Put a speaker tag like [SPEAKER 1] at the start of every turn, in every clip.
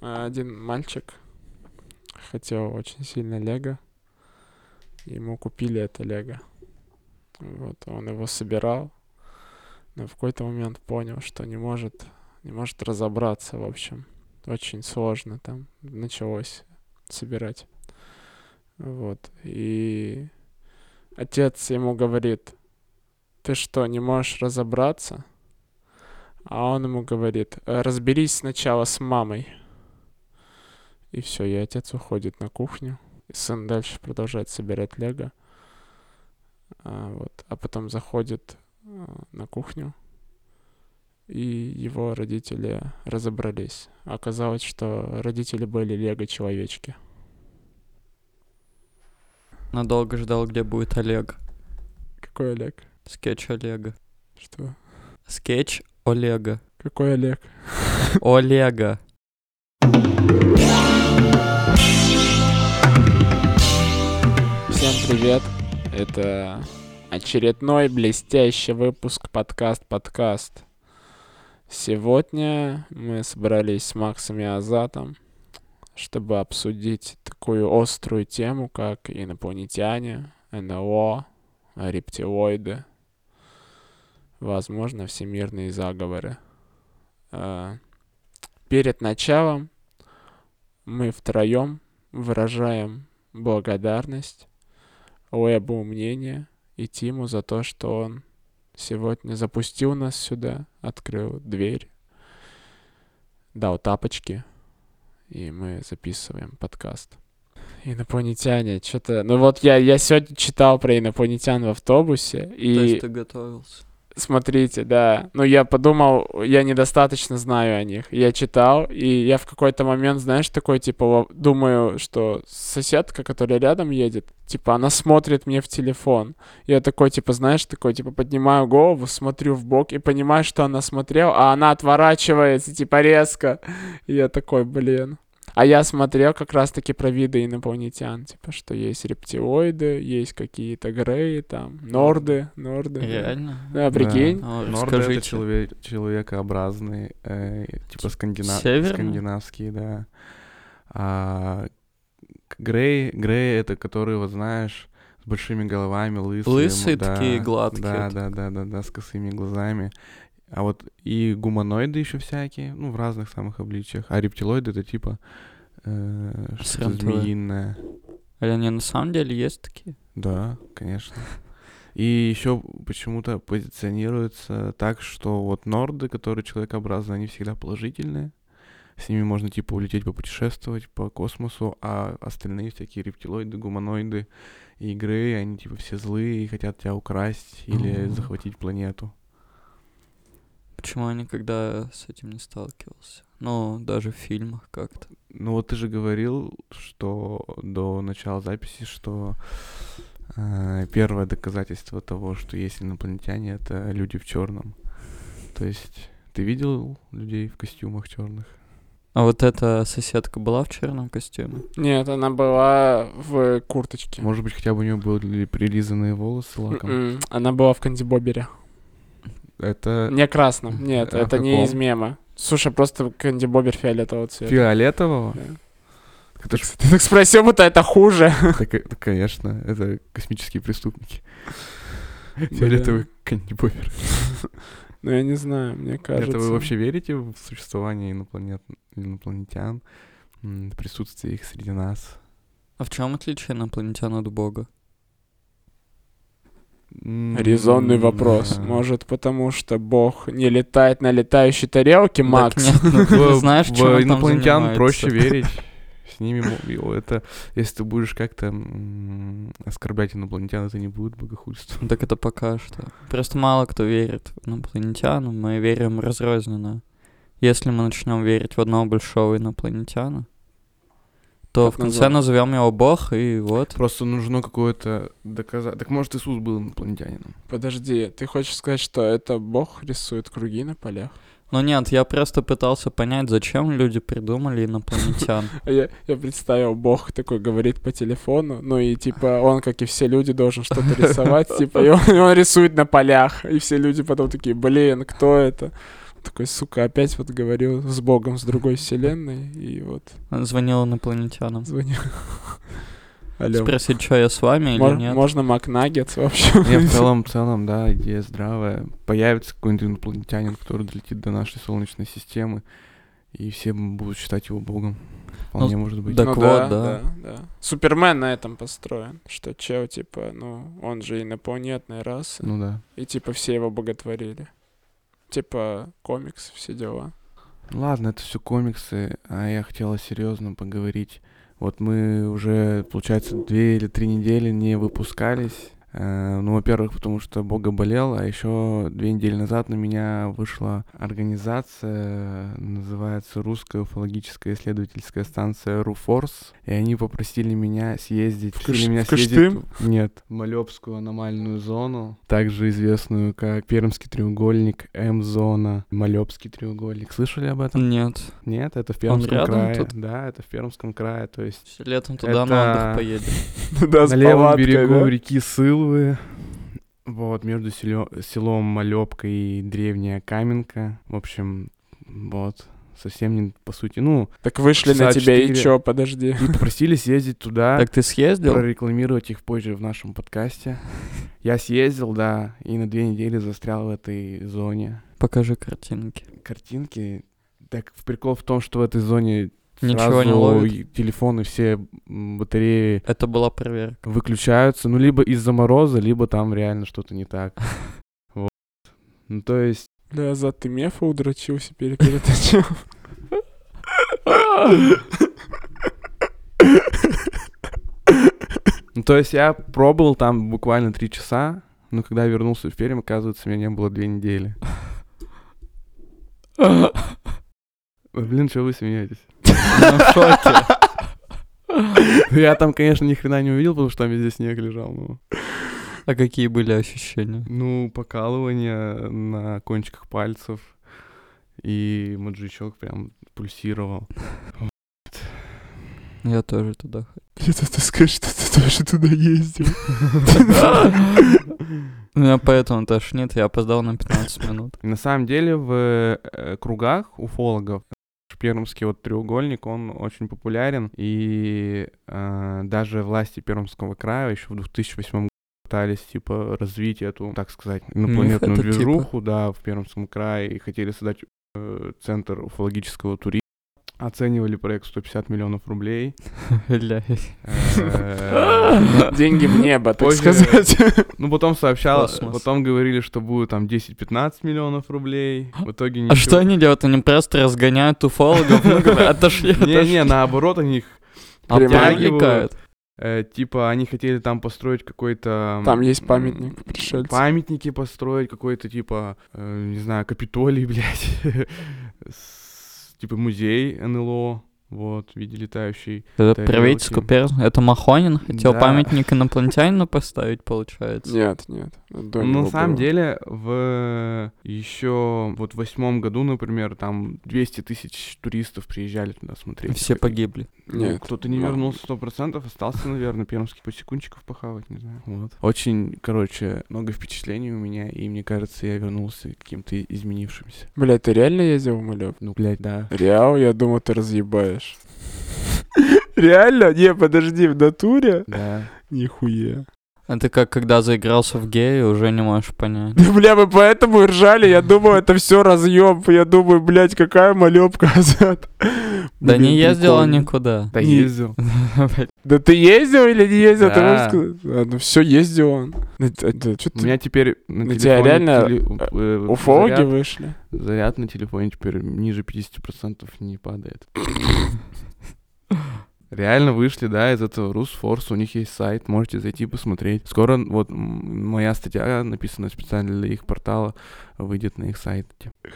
[SPEAKER 1] А, Один мальчик хотел очень сильно Лего. Ему купили это Лего. Вот, он его собирал, но в какой-то момент понял, что не может, не может разобраться, в общем. Очень сложно там началось собирать. Вот, и отец ему говорит, ты что, не можешь разобраться? А он ему говорит, «Э, разберись сначала с мамой. И все, и отец уходит на кухню. И сын дальше продолжает собирать лего. А, вот. а потом заходит э, на кухню, и его родители разобрались. Оказалось, что родители были лего-человечки.
[SPEAKER 2] Надолго ждал, где будет Олег.
[SPEAKER 1] Какой Олег?
[SPEAKER 2] Скетч Олега.
[SPEAKER 1] Что?
[SPEAKER 2] Скетч Олега.
[SPEAKER 1] Какой Олег?
[SPEAKER 2] Олега.
[SPEAKER 1] Всем привет! Это очередной блестящий выпуск подкаст подкаст. Сегодня мы собрались с Максом и Азатом, чтобы обсудить такую острую тему, как инопланетяне, НЛО, рептилоиды, возможно, всемирные заговоры. Э, Перед началом мы втроем выражаем благодарность Лэбу мнение и Тиму за то, что он сегодня запустил нас сюда, открыл дверь, дал тапочки, и мы записываем подкаст. Инопланетяне, что-то... Ну вот я, я сегодня читал про инопланетян в автобусе, и...
[SPEAKER 2] То есть ты готовился.
[SPEAKER 1] Смотрите, да. Ну, я подумал, я недостаточно знаю о них. Я читал, и я в какой-то момент, знаешь, такой, типа, во- думаю, что соседка, которая рядом едет, типа, она смотрит мне в телефон. Я такой, типа, знаешь, такой, типа, поднимаю голову, смотрю в бок и понимаю, что она смотрела, а она отворачивается, типа, резко. И я такой, блин. А я смотрел как раз-таки про виды инопланетян, типа, что есть рептилоиды, есть какие-то греи, там, норды, норды. да.
[SPEAKER 2] Реально?
[SPEAKER 1] Да, прикинь.
[SPEAKER 2] А,
[SPEAKER 3] Норды
[SPEAKER 2] скажите.
[SPEAKER 3] это челове- человекообразные, э, типа скандина-
[SPEAKER 2] северные?
[SPEAKER 3] скандинавские, да. А, к- грей, грей это которые, вот знаешь, с большими головами, лысые.
[SPEAKER 2] Лысые
[SPEAKER 3] да,
[SPEAKER 2] такие, гладкие
[SPEAKER 3] Да,
[SPEAKER 2] вот.
[SPEAKER 3] да, да, да, да, с косыми глазами. А вот и гуманоиды еще всякие, ну, в разных самых обличиях. А рептилоиды это типа э, что-то
[SPEAKER 2] Срам твой.
[SPEAKER 3] змеиное.
[SPEAKER 2] Или они на самом деле есть такие?
[SPEAKER 3] Да, конечно. И еще почему-то позиционируется так, что вот норды, которые человекообразны, они всегда положительные. С ними можно типа улететь попутешествовать по космосу, а остальные всякие рептилоиды, гуманоиды и греи, они типа все злые и хотят тебя украсть или
[SPEAKER 2] Мгм.
[SPEAKER 3] захватить планету.
[SPEAKER 2] Почему я никогда с этим не сталкивался? Ну, даже в фильмах как-то.
[SPEAKER 3] Ну вот ты же говорил, что до начала записи, что э, первое доказательство того, что есть инопланетяне, это люди в черном. То есть ты видел людей в костюмах черных?
[SPEAKER 2] А вот эта соседка была в черном костюме?
[SPEAKER 1] Нет, она была в курточке.
[SPEAKER 3] Может быть, хотя бы у него были прилизанные волосы лаком?
[SPEAKER 1] М-м, Она была в кандибобере.
[SPEAKER 3] Это
[SPEAKER 1] Не красном. Нет,
[SPEAKER 3] а
[SPEAKER 1] это не
[SPEAKER 3] Э, каком?
[SPEAKER 1] из мема. Слушай, просто кандибобер фиолетового цвета.
[SPEAKER 3] фиолетового?
[SPEAKER 1] Да.
[SPEAKER 3] Это ж-
[SPEAKER 1] Ты так спросил, будто это хуже.
[SPEAKER 3] так, э, конечно, это космические преступники. Фиолетовый кандибовер.
[SPEAKER 1] Ну, я не знаю, мне кажется.
[SPEAKER 3] Это вы вообще верите в существование инопланет... инопланетян, м, в присутствие их среди нас?
[SPEAKER 2] А в чем отличие инопланетян от Бога?
[SPEAKER 1] Резонный вопрос.
[SPEAKER 3] Да.
[SPEAKER 1] Может, потому что бог не летает на летающей тарелке, Макс?
[SPEAKER 2] Так нет, ну, ты
[SPEAKER 3] В-
[SPEAKER 2] же знаешь,
[SPEAKER 3] в
[SPEAKER 2] чем он там
[SPEAKER 3] инопланетян
[SPEAKER 2] занимается.
[SPEAKER 3] проще верить. С ними мо- и о, это, если ты будешь как-то м, оскорблять инопланетян, это не будет богохульство.
[SPEAKER 2] Ну, Так это пока что. Просто мало кто верит в инопланетян, мы верим разрозненно. Если мы начнем верить в одного большого инопланетяна, то
[SPEAKER 1] Как
[SPEAKER 2] в конце назовем его Бог, и вот.
[SPEAKER 3] Просто нужно какое-то доказать. Так может Иисус был инопланетянином?
[SPEAKER 1] Подожди, ты хочешь сказать, что это бог рисует круги на полях?
[SPEAKER 2] Но нет, я просто пытался понять, зачем люди придумали инопланетян.
[SPEAKER 1] А Я, я представил, бог такой говорит по телефону, ну и типа он, как и все люди, должен что-то рисовать, типа, и он, и он рисует на полях, и все люди потом такие, блин, кто это? Такой, сука, опять вот говорил с Богом с другой вселенной, и вот
[SPEAKER 2] Звонил инопланетянам.
[SPEAKER 1] звонил. Алло,
[SPEAKER 2] Спросить, что я с вами
[SPEAKER 1] мор-
[SPEAKER 2] или нет.
[SPEAKER 1] можно Макнаггетс вообще?
[SPEAKER 3] Не, в целом, в целом, да, идея здравая. Появится какой-нибудь инопланетянин, который долетит до нашей Солнечной системы, и все будут считать его богом. Вполне может быть.
[SPEAKER 2] так
[SPEAKER 1] Ну
[SPEAKER 2] вот, да.
[SPEAKER 1] да. Супермен на этом построен, что Чел, типа, ну, он же инопланетной расы,
[SPEAKER 3] Ну да.
[SPEAKER 1] и типа все его боготворили. Типа комикс, все дела.
[SPEAKER 3] Ладно, это все комиксы, а я хотела серьезно поговорить. Вот мы уже, получается, две или три недели не выпускались. Э, Ну, во-первых, потому что Бога болел, а еще две недели назад на меня вышла организация, э, называется Русская уфологическая исследовательская станция РУФОРС, и они попросили меня съездить.
[SPEAKER 1] В
[SPEAKER 3] попросили
[SPEAKER 1] Кыш-
[SPEAKER 3] меня
[SPEAKER 1] в Кыштым?
[SPEAKER 3] в- Нет, в Малёпскую аномальную зону, также известную как Пермский треугольник, М-зона, Малёпский треугольник. Слышали об этом?
[SPEAKER 2] Нет.
[SPEAKER 3] Нет, это в Пермском
[SPEAKER 2] рядом
[SPEAKER 3] крае.
[SPEAKER 2] тут?
[SPEAKER 3] Да, это в Пермском крае, то есть
[SPEAKER 2] Всё, Летом туда на
[SPEAKER 3] Это-
[SPEAKER 2] отдых поедем.
[SPEAKER 1] Да, с
[SPEAKER 3] на левом
[SPEAKER 1] палаткой,
[SPEAKER 3] берегу
[SPEAKER 1] да?
[SPEAKER 3] реки Сылвы, вот, между селё- селом Малёпка и Древняя Каменка. В общем, вот, совсем не по сути. Ну,
[SPEAKER 1] Так вышли на
[SPEAKER 3] Часа
[SPEAKER 1] тебя, и
[SPEAKER 3] четыре.
[SPEAKER 1] чё, подожди.
[SPEAKER 3] и попросили съездить туда,
[SPEAKER 2] Так ты съездил?
[SPEAKER 3] прорекламировать их позже в нашем подкасте. Я съездил, да, и на две недели застрял в этой зоне.
[SPEAKER 2] Покажи картинки.
[SPEAKER 3] Картинки... Так прикол в том, что в этой зоне
[SPEAKER 2] Ничего не
[SPEAKER 3] сразу
[SPEAKER 2] ловит.
[SPEAKER 3] и телефоны, все м, батареи
[SPEAKER 2] Это была проверка.
[SPEAKER 3] выключаются, ну, либо из-за мороза, либо там реально что-то не так. Вот. Ну, то есть...
[SPEAKER 1] Бля, за ты мефа удрочился, пере- переточил.
[SPEAKER 3] Ну, то есть я пробовал там буквально три часа, но когда я вернулся в Пермь, оказывается, меня не было две недели. Ой, Блин, что вы смеетесь?
[SPEAKER 2] Я в шоке.
[SPEAKER 3] Ну, Я там, конечно, ни хрена не увидел, потому что там везде снег лежал. Ну,
[SPEAKER 2] А какие были ощущения?
[SPEAKER 3] ну покалывание на кончиках пальцев, и маджичок прям пульсировал.
[SPEAKER 2] Я тоже туда хочу.
[SPEAKER 1] Где-то ты скажешь, что ты тоже туда ездил.
[SPEAKER 2] Меня поэтому тошнит, я опоздал на 15 минут.
[SPEAKER 3] На самом деле в э, кругах уфологов наш пермский вот треугольник, он очень популярен, и э, даже власти Пермского края еще в 2008 году пытались, типа, развить эту, так сказать, инопланетную
[SPEAKER 2] это типа.
[SPEAKER 3] движуху, да, в Пермском крае, и хотели создать э, центр уфологического туризма. Оценивали проект 150 миллионов рублей.
[SPEAKER 2] Бля.
[SPEAKER 3] Э,
[SPEAKER 1] Деньги в небо, так
[SPEAKER 3] Позже-
[SPEAKER 1] сказать.
[SPEAKER 3] Ну, потом сообщал,
[SPEAKER 2] Космос.
[SPEAKER 3] потом говорили, что будет там 10-15 миллионов рублей. В итоге ничего.
[SPEAKER 2] А что они делают? Они просто разгоняют уфологов. Ну, как бы, отошли, отошли.
[SPEAKER 3] Не-не, наоборот, они их,
[SPEAKER 2] А
[SPEAKER 3] переманивают.
[SPEAKER 2] паникают.
[SPEAKER 3] э, типа, они хотели там построить какой-то... м,
[SPEAKER 1] Там есть памятник пришельцам.
[SPEAKER 3] Памятники построить, какой-то, типа, э, не знаю, Капитолий, блядь. С- Типа музей НЛО, вот, в виде летающей.
[SPEAKER 2] Это
[SPEAKER 3] тарелки.
[SPEAKER 2] правительство Пермь. Это Махонин хотел
[SPEAKER 3] Да.
[SPEAKER 2] памятник инопланетянину поставить, получается.
[SPEAKER 1] Нет, нет. до
[SPEAKER 3] Ну,
[SPEAKER 1] него
[SPEAKER 3] на самом
[SPEAKER 1] было.
[SPEAKER 3] деле, в еще вот в восьмом году, например, там 200 тысяч туристов приезжали туда смотреть.
[SPEAKER 2] Все
[SPEAKER 3] Как-
[SPEAKER 2] погибли.
[SPEAKER 3] Ну,
[SPEAKER 1] Нет.
[SPEAKER 3] кто-то не
[SPEAKER 1] Ну,
[SPEAKER 3] вернулся сто процентов, остался, наверное, пермских посекунчиков похавать, не знаю. Вот. Очень, короче, много впечатлений у меня, и мне кажется, я вернулся каким-то изменившимся.
[SPEAKER 1] Бля, ты реально ездил в Малёк?
[SPEAKER 3] Ну, блядь, да.
[SPEAKER 1] Реал, я думал, ты разъебаешь. Реально? Не, подожди, в натуре?
[SPEAKER 3] Да.
[SPEAKER 1] Нихуя.
[SPEAKER 2] Это как когда заигрался в гея, уже не можешь понять.
[SPEAKER 1] Да, бля, мы поэтому и ржали, я думал, это все разъеб. Я думаю, блядь, какая малёпка назад.
[SPEAKER 2] Да не ездила
[SPEAKER 1] они.
[SPEAKER 2] никуда.
[SPEAKER 3] Да
[SPEAKER 1] Не-
[SPEAKER 3] ездил.
[SPEAKER 2] Блядь.
[SPEAKER 1] Да ты ездил или не ездил? Ты
[SPEAKER 3] Да.
[SPEAKER 1] можешь сказать? А, ну все, ездил он. Ну, т- да чё
[SPEAKER 3] У
[SPEAKER 1] ты-
[SPEAKER 3] меня теперь на
[SPEAKER 1] На
[SPEAKER 3] телефоне...
[SPEAKER 1] тебя реально,
[SPEAKER 3] теле- э,
[SPEAKER 1] Уфологи
[SPEAKER 3] заряд-
[SPEAKER 1] вышли.
[SPEAKER 3] Заряд на телефоне теперь ниже 50% не падает. Реально вышли, да, из этого Русфорс, у них есть сайт, можете зайти посмотреть. Скоро вот м, моя статья, написанная специально для их портала, выйдет на их сайте.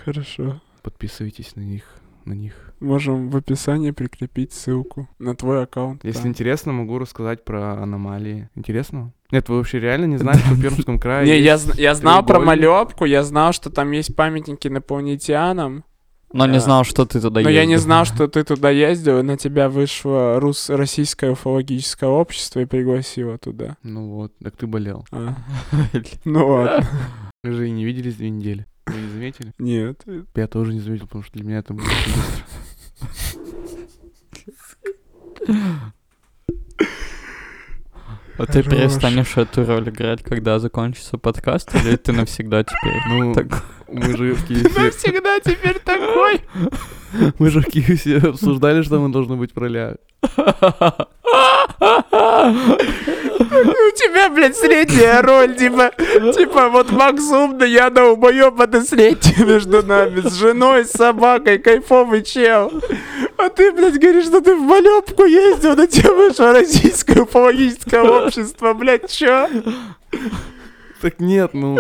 [SPEAKER 1] Хорошо.
[SPEAKER 3] Подписывайтесь на них, на них.
[SPEAKER 1] Можем в описании прикрепить ссылку на твой аккаунт.
[SPEAKER 3] Если
[SPEAKER 1] там.
[SPEAKER 3] интересно, могу рассказать про аномалии. Интересно? Нет, вы вообще реально не знаете, что в Пермском крае
[SPEAKER 1] Не, я,
[SPEAKER 3] есть
[SPEAKER 1] зн- я знал про
[SPEAKER 3] треугольник?
[SPEAKER 1] малепку, я знал, что там есть памятники инопланетянам,
[SPEAKER 2] Но не
[SPEAKER 1] Да.
[SPEAKER 2] знал, что ты туда
[SPEAKER 1] но я не
[SPEAKER 2] ездил.
[SPEAKER 1] знал, что ты туда ездил, и на тебя вышло рус российское уфологическое общество и пригласило туда.
[SPEAKER 3] Ну вот, так ты болел.
[SPEAKER 1] А,
[SPEAKER 2] Блядь.
[SPEAKER 1] Ну ладно.
[SPEAKER 3] Мы же и не виделись две недели. Вы не заметили?
[SPEAKER 1] Нет.
[SPEAKER 3] Я тоже не заметил, потому что для меня это было очень быстро.
[SPEAKER 2] А ты
[SPEAKER 1] Хорош.
[SPEAKER 2] перестанешь эту роль играть, когда закончится подкаст, или ты навсегда теперь?
[SPEAKER 3] Ну,
[SPEAKER 2] Так.
[SPEAKER 3] мы же в Киеве все-
[SPEAKER 2] навсегда теперь такой!
[SPEAKER 3] мы же в Киеве все обсуждали, что мы должны быть в ролях.
[SPEAKER 1] У тебя, блядь, средняя роль, типа, типа вот Максум, да я на убоёб, а ты средний между нами, с женой, с собакой, кайфовый чел. А ты, блядь, говоришь, что ты в малёпку ездил на тему что российское уфологическое общество, блядь, чё?
[SPEAKER 3] Так нет, ну...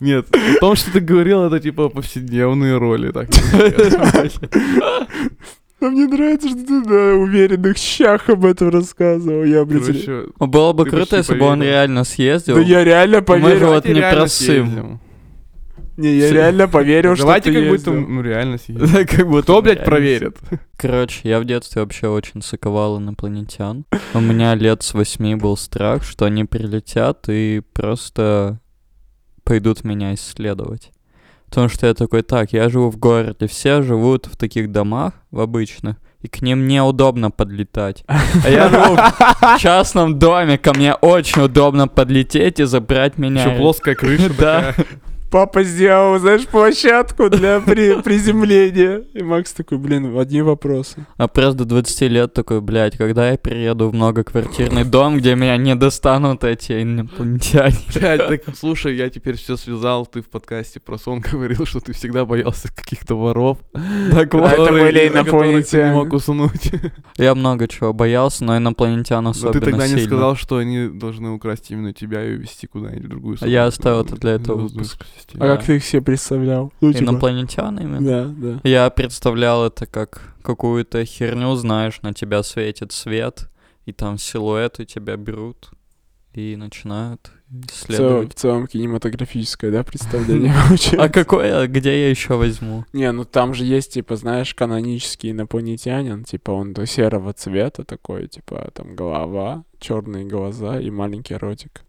[SPEAKER 3] Нет, о том, что ты говорил, это типа повседневные роли. Так.
[SPEAKER 1] А мне нравится, что ты на уверенных щах об этом рассказывал, я, блядь, ре-
[SPEAKER 3] Короче,
[SPEAKER 2] Было бы
[SPEAKER 3] Ты
[SPEAKER 2] круто,
[SPEAKER 3] почти
[SPEAKER 2] если бы он
[SPEAKER 3] поверил.
[SPEAKER 2] реально съездил.
[SPEAKER 1] да я реально
[SPEAKER 2] же
[SPEAKER 1] поверил,
[SPEAKER 2] вот
[SPEAKER 3] давайте
[SPEAKER 2] не
[SPEAKER 3] реально
[SPEAKER 2] просым.
[SPEAKER 3] съездим.
[SPEAKER 1] не, я реально поверил, что
[SPEAKER 3] Давайте
[SPEAKER 1] ты
[SPEAKER 3] как будто,
[SPEAKER 1] ездил.
[SPEAKER 3] ну реально съездим.
[SPEAKER 2] Да, как будто
[SPEAKER 3] Кто,
[SPEAKER 2] он
[SPEAKER 3] блядь,
[SPEAKER 2] реально
[SPEAKER 3] проверит?
[SPEAKER 2] Короче, я в детстве вообще очень соковал инопланетян. У меня лет с восьми был страх, что они прилетят и просто пойдут меня исследовать. Потому что я такой, так, я живу в городе, все живут в таких домах, в обычных, и к ним неудобно подлетать. А я живу в частном доме, ко мне очень удобно подлететь и забрать меня.
[SPEAKER 3] Еще плоская крыша
[SPEAKER 2] Да.
[SPEAKER 3] такая.
[SPEAKER 1] Папа сделал, знаешь, площадку для при- приземления. И Макс такой, блин, одни вопросы.
[SPEAKER 2] А пресс до 20 лет такой, блядь, когда я перееду в многоквартирный дом, где меня не достанут эти инопланетяне.
[SPEAKER 3] Блядь, так, слушай, я теперь все связал, ты в подкасте про сон говорил, что ты всегда боялся каких-то воров.
[SPEAKER 2] Так вот,
[SPEAKER 1] это
[SPEAKER 3] которые-
[SPEAKER 1] были
[SPEAKER 3] на которых ты
[SPEAKER 1] инопланетяне.
[SPEAKER 3] не мог уснуть.
[SPEAKER 2] я много чего боялся, но инопланетян
[SPEAKER 3] Но
[SPEAKER 2] особенно
[SPEAKER 3] ты тогда не
[SPEAKER 2] сильно.
[SPEAKER 3] сказал, что они должны украсть именно тебя и увезти куда-нибудь в другую
[SPEAKER 2] А
[SPEAKER 3] страну.
[SPEAKER 2] Я оставил это для этого выпуска.
[SPEAKER 1] А
[SPEAKER 2] Да.
[SPEAKER 1] как ты их себе представлял? Ну, типа,
[SPEAKER 2] Инопланетян именно.
[SPEAKER 1] Да, да.
[SPEAKER 2] Я представлял это как какую-то херню, знаешь, на тебя светит свет, и там силуэты тебя берут и начинают
[SPEAKER 1] В целом,
[SPEAKER 2] исследовать.
[SPEAKER 1] в целом кинематографическое, да, представление получается?
[SPEAKER 2] А какое, где я еще возьму?
[SPEAKER 1] Не, ну там же есть, типа, знаешь, канонический инопланетянин, типа, он до серого цвета такой, типа, там голова, черные глаза и маленький ротик.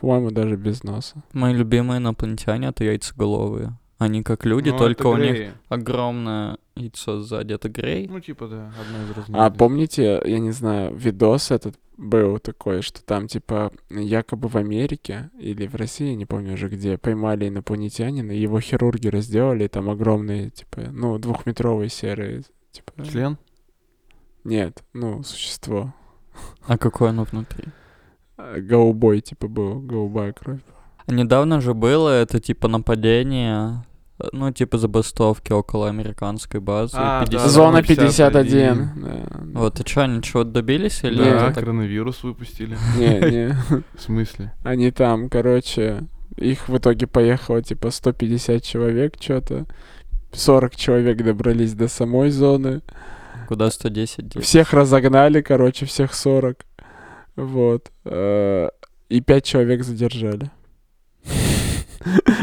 [SPEAKER 1] По-моему, даже без носа.
[SPEAKER 2] Мои любимые инопланетяне это яйцеголовые. Они как А люди,
[SPEAKER 3] Ну,
[SPEAKER 2] только у них огромное яйцо сзади, это грей.
[SPEAKER 3] Ну, типа, да, одна из
[SPEAKER 1] А помните, я не знаю, видос этот был такой, что там типа якобы в Америке или в России, я не помню уже где, поймали инопланетянина, и его хирурги разделали, и там огромные, типа, ну, двухметровые серые, типа...
[SPEAKER 3] Член?
[SPEAKER 1] Нет, ну, существо.
[SPEAKER 2] А какое оно внутри?
[SPEAKER 1] А, Голубой, типа, был, голубая кровь.
[SPEAKER 2] А Недавно же было это типа нападение, э, ну типа забастовки около американской базы.
[SPEAKER 3] А, да,
[SPEAKER 2] 50.
[SPEAKER 1] Зона
[SPEAKER 3] 51.
[SPEAKER 1] 51. да, да.
[SPEAKER 2] Вот, и что, они чего-то добились или
[SPEAKER 1] Да,
[SPEAKER 2] это
[SPEAKER 3] Да,
[SPEAKER 2] так?
[SPEAKER 3] коронавирус выпустили.
[SPEAKER 1] Не, не.
[SPEAKER 3] В смысле?
[SPEAKER 1] Они там, короче, их в итоге поехало типа 150 человек что-то. 40 человек добрались до самой зоны.
[SPEAKER 2] куда 110 делись?
[SPEAKER 1] Всех разогнали, короче, всех 40. Вот. Э, И 5 человек задержали.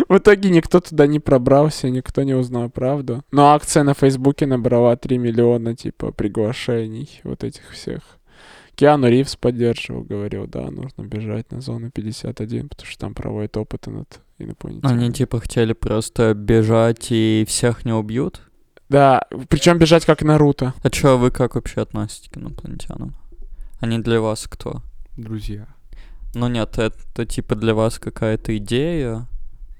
[SPEAKER 1] В итоге никто туда не пробрался, никто не узнал правду. Но акция на Фейсбуке набрала 3 миллиона, типа, приглашений вот этих всех. Киану Ривз поддерживал, говорил, да, нужно бежать на зону 51, потому что там проводят опыты над инопланетянами.
[SPEAKER 2] Они типа хотели просто бежать и всех не убьют?
[SPEAKER 1] Да, причем бежать как Наруто.
[SPEAKER 2] А чё, вы как вообще относитесь к инопланетянам? Они для вас кто?
[SPEAKER 3] Друзья.
[SPEAKER 2] Ну нет, это типа для вас какая-то идея,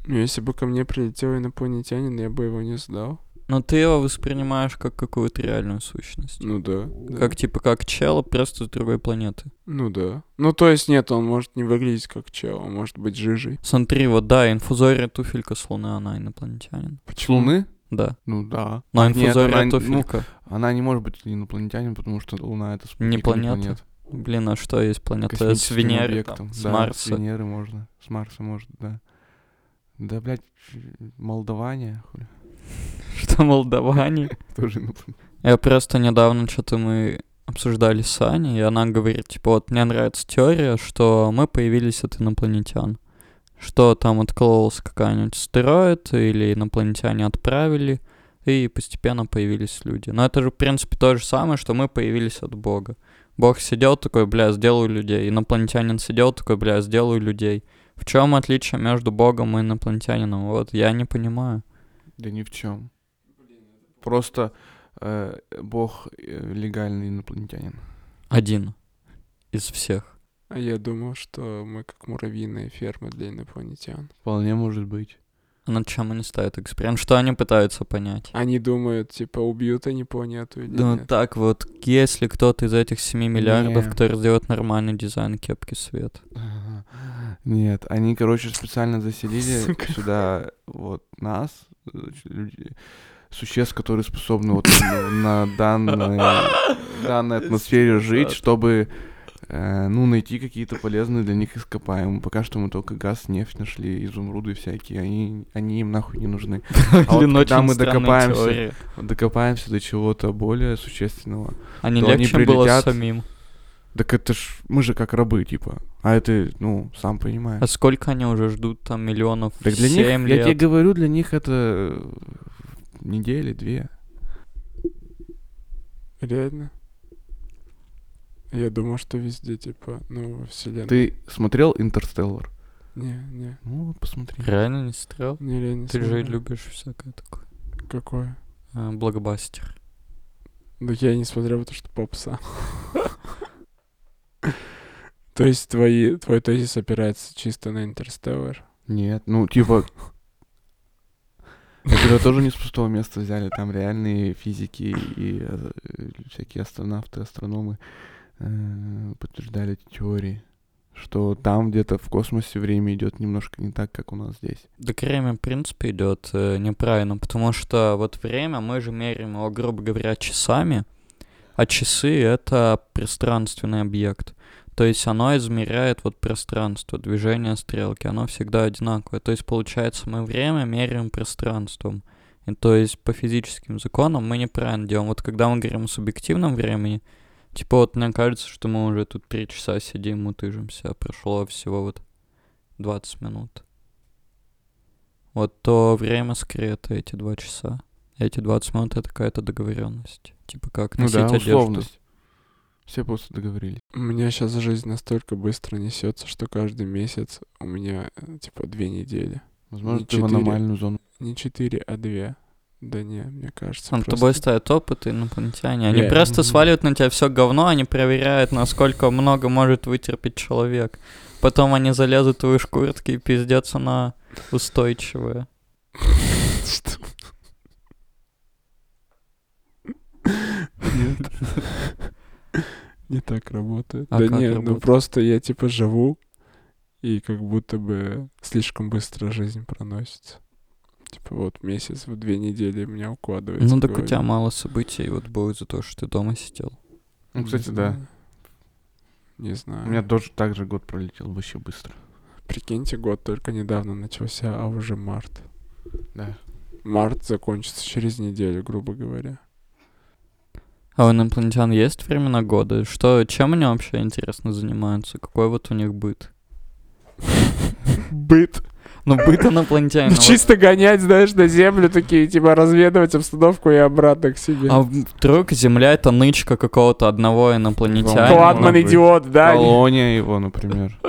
[SPEAKER 1] Ну, если бы ко мне прилетел инопланетянин, я бы его не сдал.
[SPEAKER 2] но ты его воспринимаешь как какую-то реальную сущность.
[SPEAKER 1] Ну да. да.
[SPEAKER 2] Как типа как чела, просто с другой планеты.
[SPEAKER 1] Ну да. Ну то есть нет, он может не выглядеть как чел, он может быть жижей.
[SPEAKER 2] Смотри, вот да, инфузория туфелька с Луны, она инопланетянин.
[SPEAKER 3] Луны?
[SPEAKER 2] Да.
[SPEAKER 3] Ну да.
[SPEAKER 2] Но
[SPEAKER 3] Нет, она ну,
[SPEAKER 2] инфузория
[SPEAKER 3] не-
[SPEAKER 2] туфелька.
[SPEAKER 3] Она не может быть инопланетянин, потому что Луна это спутник
[SPEAKER 2] Не планета.
[SPEAKER 3] инопланет.
[SPEAKER 2] Блин, а что есть планета? С
[SPEAKER 3] Космическим
[SPEAKER 2] Венеры,
[SPEAKER 3] объектом.
[SPEAKER 2] там, с
[SPEAKER 3] Да, С
[SPEAKER 2] Марса.
[SPEAKER 3] Венеры можно. С Марса может, да. Да, блядь, Молдаване, хули,
[SPEAKER 2] Что молдаване?
[SPEAKER 3] тоже инопланетяне.
[SPEAKER 2] Я просто недавно что-то мы обсуждали с Аней, и она говорит, типа, вот мне нравится теория, что мы появились от инопланетян. Что там откололся какая-нибудь астероид, или инопланетяне отправили, и постепенно появились люди. Но это же, в принципе, то же самое, что мы появились от Бога. Бог сидел такой, бля, сделаю людей. Инопланетянин сидел такой, бля, сделаю людей. В чем отличие между Богом и инопланетянином? Вот я не понимаю.
[SPEAKER 3] Да ни в чем. Просто э, бог э, легальный инопланетянин.
[SPEAKER 2] Один из всех.
[SPEAKER 1] А я думал, что мы как муравьиная ферма для инопланетян.
[SPEAKER 3] Вполне может быть.
[SPEAKER 2] А Над чем они ставят эксперимент? Что они пытаются понять?
[SPEAKER 1] Они думают, типа, убьют они планету или
[SPEAKER 2] Да
[SPEAKER 1] нет.
[SPEAKER 2] так вот, если кто-то из этих 7 миллиардов,
[SPEAKER 3] Не.
[SPEAKER 2] который сделает нормальный дизайн кепки свет.
[SPEAKER 3] Нет, они, короче, специально заселили
[SPEAKER 1] Сука.
[SPEAKER 3] сюда вот нас, э, ч- люди, существ, которые способны вот на на данной, данной атмосфере жить, чтобы э, ну, найти какие-то полезные для них ископаемые. Пока что мы только газ, нефть нашли, изумруды всякие, они, они им нахуй не нужны. вот
[SPEAKER 2] Блин,
[SPEAKER 3] когда
[SPEAKER 2] очень
[SPEAKER 3] мы
[SPEAKER 2] странные
[SPEAKER 3] докопаемся,
[SPEAKER 2] теории.
[SPEAKER 3] Докопаемся до чего-то более существенного.
[SPEAKER 2] А не
[SPEAKER 3] то они
[SPEAKER 2] легче было
[SPEAKER 3] прилетят.
[SPEAKER 2] самим?
[SPEAKER 3] Так это ж, мы же как рабы, типа. А это, ну, сам понимаешь.
[SPEAKER 2] А сколько они уже ждут там миллионов?
[SPEAKER 3] Так для них,
[SPEAKER 2] Семь
[SPEAKER 3] я тебе
[SPEAKER 2] лет.
[SPEAKER 3] говорю, для них это э, недели, две.
[SPEAKER 1] Реально? Я думал, что везде, типа, ну, во вселенной.
[SPEAKER 3] Ты смотрел «Интерстеллар»?
[SPEAKER 1] Не, не,
[SPEAKER 3] Ну вот, посмотри.
[SPEAKER 2] Реально не стрелял?
[SPEAKER 1] не, я не
[SPEAKER 2] Ты же
[SPEAKER 1] смотрел.
[SPEAKER 2] любишь всякое такое.
[SPEAKER 1] Какое?
[SPEAKER 2] А, Блокбастер.
[SPEAKER 1] Ну, я не смотрел, потому что попса. То есть твои, твой тезис опирается чисто на Интерстеллар?
[SPEAKER 3] Нет, ну типа... Это тоже не с пустого места взяли, там реальные физики и э, э, всякие астронавты, астрономы э, подтверждали эти теории, что там где-то в космосе время идет немножко не так, как у нас здесь.
[SPEAKER 2] Да время, в принципе, идет э, неправильно, потому что вот время мы же меряем его, грубо говоря, часами, а часы — это пространственный объект. То есть оно измеряет вот пространство, движение стрелки, оно всегда одинаковое. То есть, получается, мы время меряем пространством. И то есть по физическим законам мы неправильно делаем. Вот когда мы говорим о субъективном времени, типа вот мне кажется, что мы уже тут три часа сидим, утыжимся, а прошло всего вот 20 минут. Вот то время скорее это эти два часа. Эти 20 минут это какая-то договоренность. Типа как
[SPEAKER 3] Ну
[SPEAKER 2] носить
[SPEAKER 3] да,
[SPEAKER 2] одежду.
[SPEAKER 3] условность. Все просто договорились.
[SPEAKER 1] У меня сейчас жизнь настолько быстро несется, что каждый месяц у меня, э, типа, две недели.
[SPEAKER 3] Возможно,
[SPEAKER 1] Не
[SPEAKER 3] ты в
[SPEAKER 1] четыре.
[SPEAKER 3] аномальную зону.
[SPEAKER 1] Не четыре, а две. Да не, мне кажется,
[SPEAKER 2] Над
[SPEAKER 1] просто-
[SPEAKER 2] тобой ставят опыты инопланетяне. Они
[SPEAKER 1] Я-
[SPEAKER 2] просто
[SPEAKER 1] Мгм.
[SPEAKER 2] сваливают на тебя все говно, они проверяют, насколько много может вытерпеть человек. Потом они залезут в твои шкуртки и пиздятся на устойчивое.
[SPEAKER 1] Что? Не так работает.
[SPEAKER 2] А
[SPEAKER 1] да
[SPEAKER 2] как
[SPEAKER 1] не, ну
[SPEAKER 2] работает?
[SPEAKER 1] просто я типа живу, и как будто бы слишком быстро жизнь проносится. Типа вот месяц в две недели у меня укладывается.
[SPEAKER 2] Ну
[SPEAKER 1] в
[SPEAKER 2] так у
[SPEAKER 1] голове.
[SPEAKER 2] тебя мало событий, вот будет за то, что ты дома сидел.
[SPEAKER 3] Ну,
[SPEAKER 1] Не
[SPEAKER 3] кстати, да.
[SPEAKER 1] знаю. Не знаю.
[SPEAKER 3] У меня тоже так же год пролетел вообще быстро.
[SPEAKER 1] Прикиньте, год только недавно начался, а уже март.
[SPEAKER 3] Да.
[SPEAKER 1] Март закончится через неделю, грубо говоря.
[SPEAKER 2] А у инопланетян есть времена года? Что, чем они вообще интересно занимаются? Какой вот у них быт?
[SPEAKER 1] Быт.
[SPEAKER 2] Ну, быт инопланетянина.
[SPEAKER 1] Ну,
[SPEAKER 2] вот
[SPEAKER 1] чисто гонять, знаешь, на землю такие, типа, разведывать обстановку и обратно к себе.
[SPEAKER 2] А вдруг Земля это нычка какого-то одного инопланетянина?
[SPEAKER 1] Кладман
[SPEAKER 3] может быть.
[SPEAKER 1] идиот, да?
[SPEAKER 3] Колония его, например.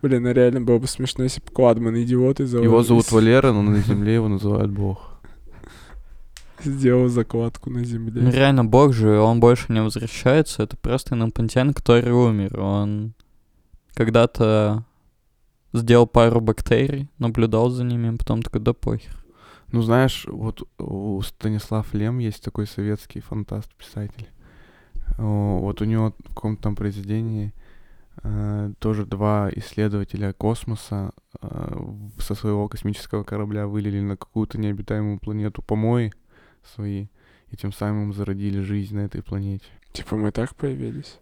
[SPEAKER 1] Блин, ну реально было бы смешно, если бы Кладман идиот и
[SPEAKER 3] Его зовут Валера, но на земле его называют Бог.
[SPEAKER 1] сделал закладку на
[SPEAKER 2] Ну,
[SPEAKER 1] земле.
[SPEAKER 2] реально, бог же, он больше не возвращается. Это просто инопланетянин, который умер. Он когда-то сделал пару бактерий, наблюдал за ними, потом такой, да похер.
[SPEAKER 3] Ну, знаешь, вот у Станислав Лем есть такой советский фантаст, писатель. О, Вот у него в каком-то там произведении э, тоже два исследователя космоса э, в- со своего космического корабля вылили на какую-то необитаемую планету помои свои, и тем самым зародили жизнь на этой планете.
[SPEAKER 1] Типа, мы так появились.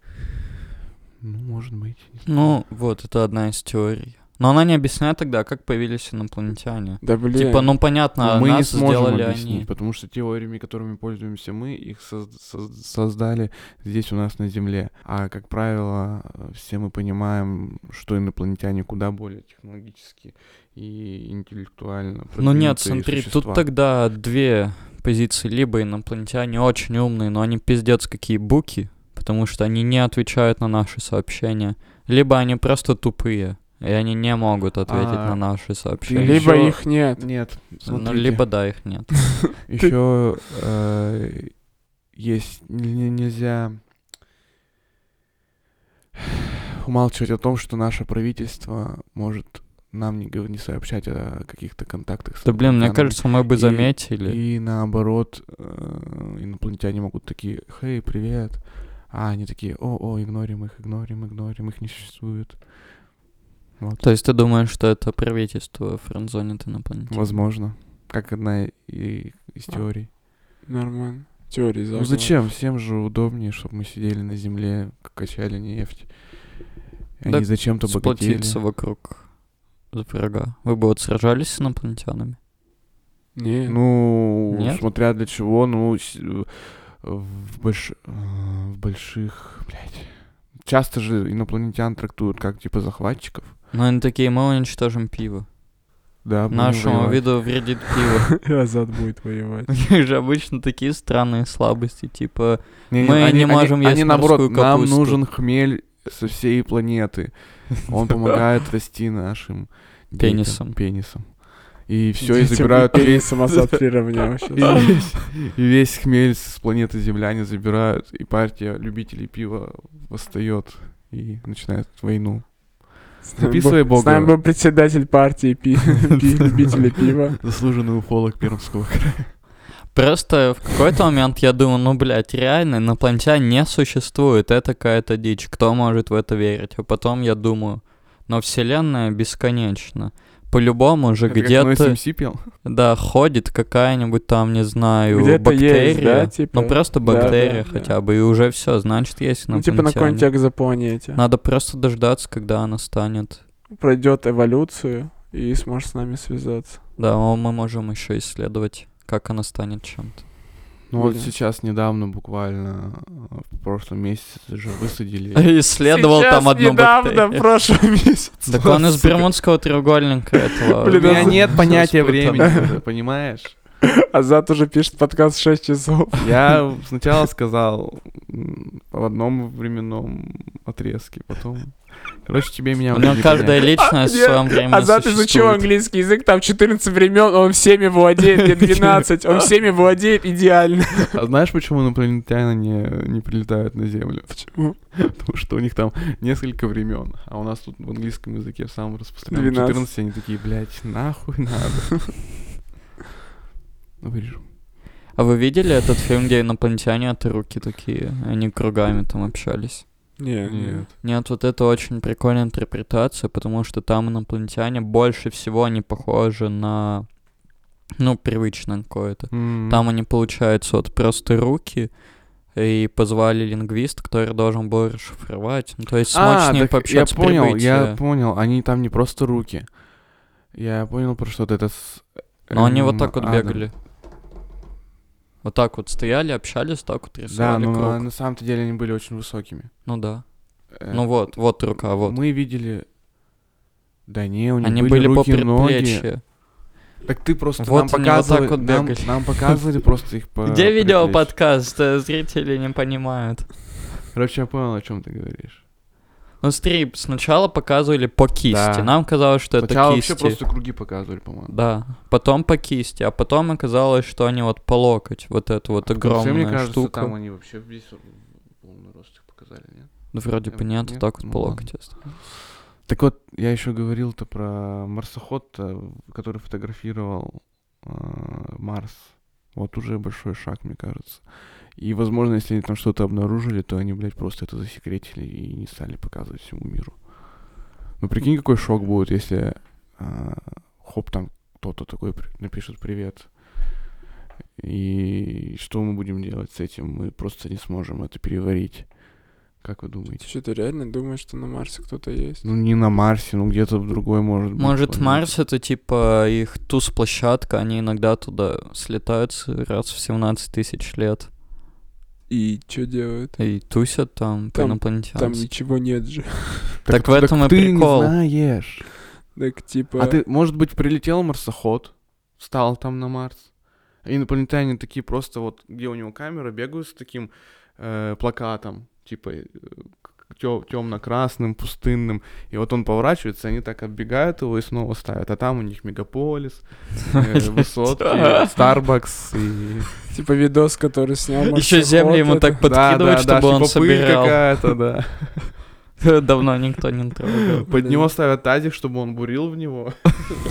[SPEAKER 3] Ну, может быть. не знаю.
[SPEAKER 2] Ну, вот, это одна из теорий. Но она не объясняет тогда, как появились инопланетяне.
[SPEAKER 1] Да блин.
[SPEAKER 2] Типа, ну понятно,
[SPEAKER 3] Но мы не
[SPEAKER 2] нас
[SPEAKER 3] сможем
[SPEAKER 2] сделали
[SPEAKER 3] объяснить,
[SPEAKER 2] они.
[SPEAKER 3] потому что теориями, которыми пользуемся мы, их соз- соз- создали здесь у нас на Земле. А, как правило, э, все мы понимаем, что инопланетяне куда более технологически и интеллектуально
[SPEAKER 2] Ну нет,
[SPEAKER 3] продвинутые
[SPEAKER 2] смотри,
[SPEAKER 3] существа.
[SPEAKER 2] тут тогда две позиции. Либо инопланетяне очень умные, но они пиздец какие буки, потому что они не отвечают на наши сообщения. Либо они просто тупые. И они не могут ответить
[SPEAKER 3] А,
[SPEAKER 2] на наши сообщения.
[SPEAKER 3] Ты
[SPEAKER 1] Либо
[SPEAKER 3] ещё-
[SPEAKER 1] их нет.
[SPEAKER 3] Нет,
[SPEAKER 2] Ну,
[SPEAKER 3] смотрите.
[SPEAKER 2] либо да, их нет.
[SPEAKER 3] Еще э, есть н- н- нельзя умалчивать о том, что наше правительство может нам не, гов- не сообщать о каких-то контактах. с
[SPEAKER 2] Да, блин, мне
[SPEAKER 3] инопланетянами.
[SPEAKER 2] кажется, мы бы
[SPEAKER 3] И-
[SPEAKER 2] заметили.
[SPEAKER 3] И наоборот, э, инопланетяне могут такие, хей, привет. А они такие, о, о, игнорим их, игнорим, игнорим, их не существует. Вот.
[SPEAKER 2] То есть ты думаешь, что это правительство френдзонит инопланетян?
[SPEAKER 3] Возможно. Как одна и- из
[SPEAKER 2] А.
[SPEAKER 3] теорий.
[SPEAKER 1] Нормально. Теории
[SPEAKER 3] Ну
[SPEAKER 1] заговора.
[SPEAKER 3] зачем? Всем же удобнее, чтобы мы сидели на земле, к- качали нефть. И
[SPEAKER 2] Да
[SPEAKER 3] Они зачем-то богатели.
[SPEAKER 2] Сплотиться вокруг врага. Вы бы вот сражались с инопланетянами?
[SPEAKER 1] Не,
[SPEAKER 3] Ну,
[SPEAKER 2] Нет?
[SPEAKER 3] смотря для чего, ну, с- э, в, больш- э, в больших, блядь. Часто же инопланетян трактуют как типа захватчиков.
[SPEAKER 2] Ну, они такие, мы уничтожим пиво.
[SPEAKER 3] Да, будем
[SPEAKER 2] Нашему
[SPEAKER 3] А воевать.
[SPEAKER 2] виду вредит пиво.
[SPEAKER 1] Азат будет воевать.
[SPEAKER 2] У них же обычно такие странные слабости, типа...
[SPEAKER 3] Не-не,
[SPEAKER 2] мы не
[SPEAKER 3] они- они-
[SPEAKER 2] можем есть
[SPEAKER 3] Они наоборот,
[SPEAKER 2] морскую
[SPEAKER 3] нам
[SPEAKER 2] капусту».
[SPEAKER 3] нужен хмель со всей планеты. Он помогает расти нашим детям,
[SPEAKER 2] Пенисом.
[SPEAKER 3] Пенисом. И все, и
[SPEAKER 1] Детям
[SPEAKER 3] забирают
[SPEAKER 1] и
[SPEAKER 3] пенис.
[SPEAKER 1] самозад приравнял
[SPEAKER 3] И
[SPEAKER 1] сейчас.
[SPEAKER 3] весь, и весь хмель с планеты земляне забирают, и партия любителей пива восстает и начинает войну.
[SPEAKER 1] С нами
[SPEAKER 3] Записывай
[SPEAKER 1] был-
[SPEAKER 3] Бога.
[SPEAKER 1] С нами был председатель партии пи- пи- любителей пива.
[SPEAKER 3] Заслуженный уфолог Пермского края.
[SPEAKER 2] Просто в какой-то момент я думаю, ну, блядь, реально инопланетян не существует, это какая-то дичь, кто может в это верить? А потом я думаю, но Вселенная бесконечна. По-любому же
[SPEAKER 3] Это как
[SPEAKER 2] где-то...
[SPEAKER 3] Ной Симси пел.
[SPEAKER 2] Да, ходит какая-нибудь там, не знаю,
[SPEAKER 1] Где-то
[SPEAKER 2] бактерия.
[SPEAKER 1] есть, да, типа?
[SPEAKER 2] Ну
[SPEAKER 1] Да,
[SPEAKER 2] просто
[SPEAKER 1] да,
[SPEAKER 2] бактерия
[SPEAKER 1] да.
[SPEAKER 2] хотя бы, и уже все, значит, есть
[SPEAKER 1] Ну, типа на
[SPEAKER 2] инопланетяне.
[SPEAKER 1] какой-нибудь экзопланете.
[SPEAKER 2] Надо просто дождаться, когда она станет.
[SPEAKER 1] Пройдет эволюцию и сможешь с нами связаться.
[SPEAKER 2] Да, о, мы можем еще исследовать, как она станет чем-то.
[SPEAKER 3] Ну вот
[SPEAKER 1] Блин.
[SPEAKER 3] сейчас недавно, буквально э, в прошлом месяце же высадили
[SPEAKER 2] Исследовал там одну
[SPEAKER 1] недавно, в
[SPEAKER 2] бактерию.
[SPEAKER 1] прошлом месяце.
[SPEAKER 2] Так он из
[SPEAKER 1] сука.
[SPEAKER 2] Бермудского треугольника этого.
[SPEAKER 3] У
[SPEAKER 1] Блин, а
[SPEAKER 3] меня
[SPEAKER 1] это-
[SPEAKER 3] нет понятия времени,
[SPEAKER 2] спутано.
[SPEAKER 3] понимаешь?
[SPEAKER 1] Азат уже пишет подкаст 6 часов.
[SPEAKER 3] Я сначала сказал м, в одном временном отрезке, потом... Короче, тебе меня
[SPEAKER 2] У
[SPEAKER 3] уже
[SPEAKER 2] него
[SPEAKER 3] не
[SPEAKER 2] каждая
[SPEAKER 3] понять.
[SPEAKER 2] личность в
[SPEAKER 1] А, нет,
[SPEAKER 2] своем времени
[SPEAKER 1] Азат изучил
[SPEAKER 2] существует.
[SPEAKER 1] английский язык, там 14 времен, он всеми владеет, мне 12, он всеми владеет идеально.
[SPEAKER 3] А знаешь, почему инопланетяне не, не прилетают на Землю?
[SPEAKER 1] Почему?
[SPEAKER 3] Потому что у них там несколько времен, а у нас тут в английском языке самым распространенным
[SPEAKER 1] 12.
[SPEAKER 3] 14, они такие, блядь, нахуй надо. Ну, вырежу.
[SPEAKER 2] А вы видели этот фильм, где инопланетяне от руки такие, они кругами там общались?
[SPEAKER 1] Не,
[SPEAKER 3] Нет.
[SPEAKER 2] Нет, вот это очень прикольная интерпретация, потому что там инопланетяне больше всего они похожи на, ну, привычное какое-то.
[SPEAKER 3] М.
[SPEAKER 2] Там они, получается, вот просто руки, и позвали лингвист, который должен был расшифровать. Ну, то есть смочь с ним
[SPEAKER 3] А, так я
[SPEAKER 2] пообщаться э. с
[SPEAKER 3] понял, я
[SPEAKER 2] прибытия.
[SPEAKER 3] понял, они там не просто руки. Я понял про что-то это с...
[SPEAKER 2] Но они вот
[SPEAKER 3] эм,
[SPEAKER 2] так вот
[SPEAKER 3] Адам.
[SPEAKER 2] бегали. Вот так вот стояли, общались, так вот
[SPEAKER 3] Да, ну, а,
[SPEAKER 2] рисовали
[SPEAKER 3] но
[SPEAKER 2] круг.
[SPEAKER 3] на, на самом-то деле они были очень высокими.
[SPEAKER 2] Ну да.
[SPEAKER 3] Э,
[SPEAKER 2] Ну вот, вот рука, вот.
[SPEAKER 3] Мы видели... Да не, у них
[SPEAKER 2] Они были,
[SPEAKER 3] были,
[SPEAKER 2] по
[SPEAKER 3] руки, ноги.
[SPEAKER 2] предплечье.
[SPEAKER 3] Так ты просто
[SPEAKER 2] Вот
[SPEAKER 3] нам
[SPEAKER 2] они вот так
[SPEAKER 3] показывали,
[SPEAKER 2] вот
[SPEAKER 3] нам,
[SPEAKER 2] бегали.
[SPEAKER 3] нам показывали просто их по
[SPEAKER 2] Где видео
[SPEAKER 3] предплечью.
[SPEAKER 2] подкаст? Э, Зрители не понимают.
[SPEAKER 3] Короче, я понял, о чем ты говоришь.
[SPEAKER 2] Ну, стрип сначала показывали по кисти.
[SPEAKER 3] Да.
[SPEAKER 2] Нам казалось, что
[SPEAKER 3] Сначала
[SPEAKER 2] это
[SPEAKER 3] вообще
[SPEAKER 2] кисти.
[SPEAKER 3] просто круги показывали, по-моему.
[SPEAKER 2] Да. Потом по кисти, а потом оказалось, что они вот по локоть. Вот эту вот огромная
[SPEAKER 3] Вообще, А мне кажется,
[SPEAKER 2] штука.
[SPEAKER 3] там они вообще весь полный рост их показали, нет?
[SPEAKER 2] Ну, вроде бы
[SPEAKER 3] Эм,
[SPEAKER 2] нет,
[SPEAKER 3] нет?
[SPEAKER 2] так вот
[SPEAKER 3] Ну
[SPEAKER 2] по
[SPEAKER 3] ладно.
[SPEAKER 2] локоть.
[SPEAKER 3] Так вот, я еще говорил-то про марсоход, э, который фотографировал э, Марс. Вот уже большой шаг, мне кажется. И, возможно, если они там что-то обнаружили, то они, блядь, просто это засекретили и не стали показывать всему миру. Ну, прикинь, какой шок будет, если э, хоп, там кто-то такой при- напишет «Привет». И что мы будем делать с этим? Мы просто не сможем это переварить. Как вы думаете?
[SPEAKER 1] Ты что, ты реально думаешь, что на Марсе кто-то есть?
[SPEAKER 3] Ну, не на Марсе, ну где-то в другой может быть.
[SPEAKER 2] Может,
[SPEAKER 3] планете.
[SPEAKER 2] Марс это типа их туз-площадка, они иногда туда слетаются раз в 17 тысяч лет
[SPEAKER 1] И что делают?
[SPEAKER 2] и тусят там, по
[SPEAKER 1] Там- Там
[SPEAKER 2] инопланетянству.
[SPEAKER 1] ничего нет же.
[SPEAKER 2] Так в этом и
[SPEAKER 3] ты
[SPEAKER 2] прикол.
[SPEAKER 3] не знаешь.
[SPEAKER 1] Так типа...
[SPEAKER 3] А ты, может быть, прилетел марсоход, встал там на Марс, и инопланетяне такие просто вот, где у него камера, бегают с таким э, плакатом, типа, э, к- темно-красным, пустынным. И вот он поворачивается, они так отбегают его и снова ставят. А там у них мегаполис, э, высотки, Старбакс и
[SPEAKER 1] Типа видос, который снял
[SPEAKER 2] Еще
[SPEAKER 1] Максим
[SPEAKER 2] земли
[SPEAKER 1] Кот,
[SPEAKER 2] ему
[SPEAKER 1] это-
[SPEAKER 2] так подкидывать,
[SPEAKER 3] Да, да, да,
[SPEAKER 2] чтобы он
[SPEAKER 3] типа пыль
[SPEAKER 2] собирал.
[SPEAKER 3] какая-то, да.
[SPEAKER 2] Давно никто не трогал.
[SPEAKER 3] Под
[SPEAKER 1] Блин.
[SPEAKER 3] него ставят тазик, чтобы он бурил в него.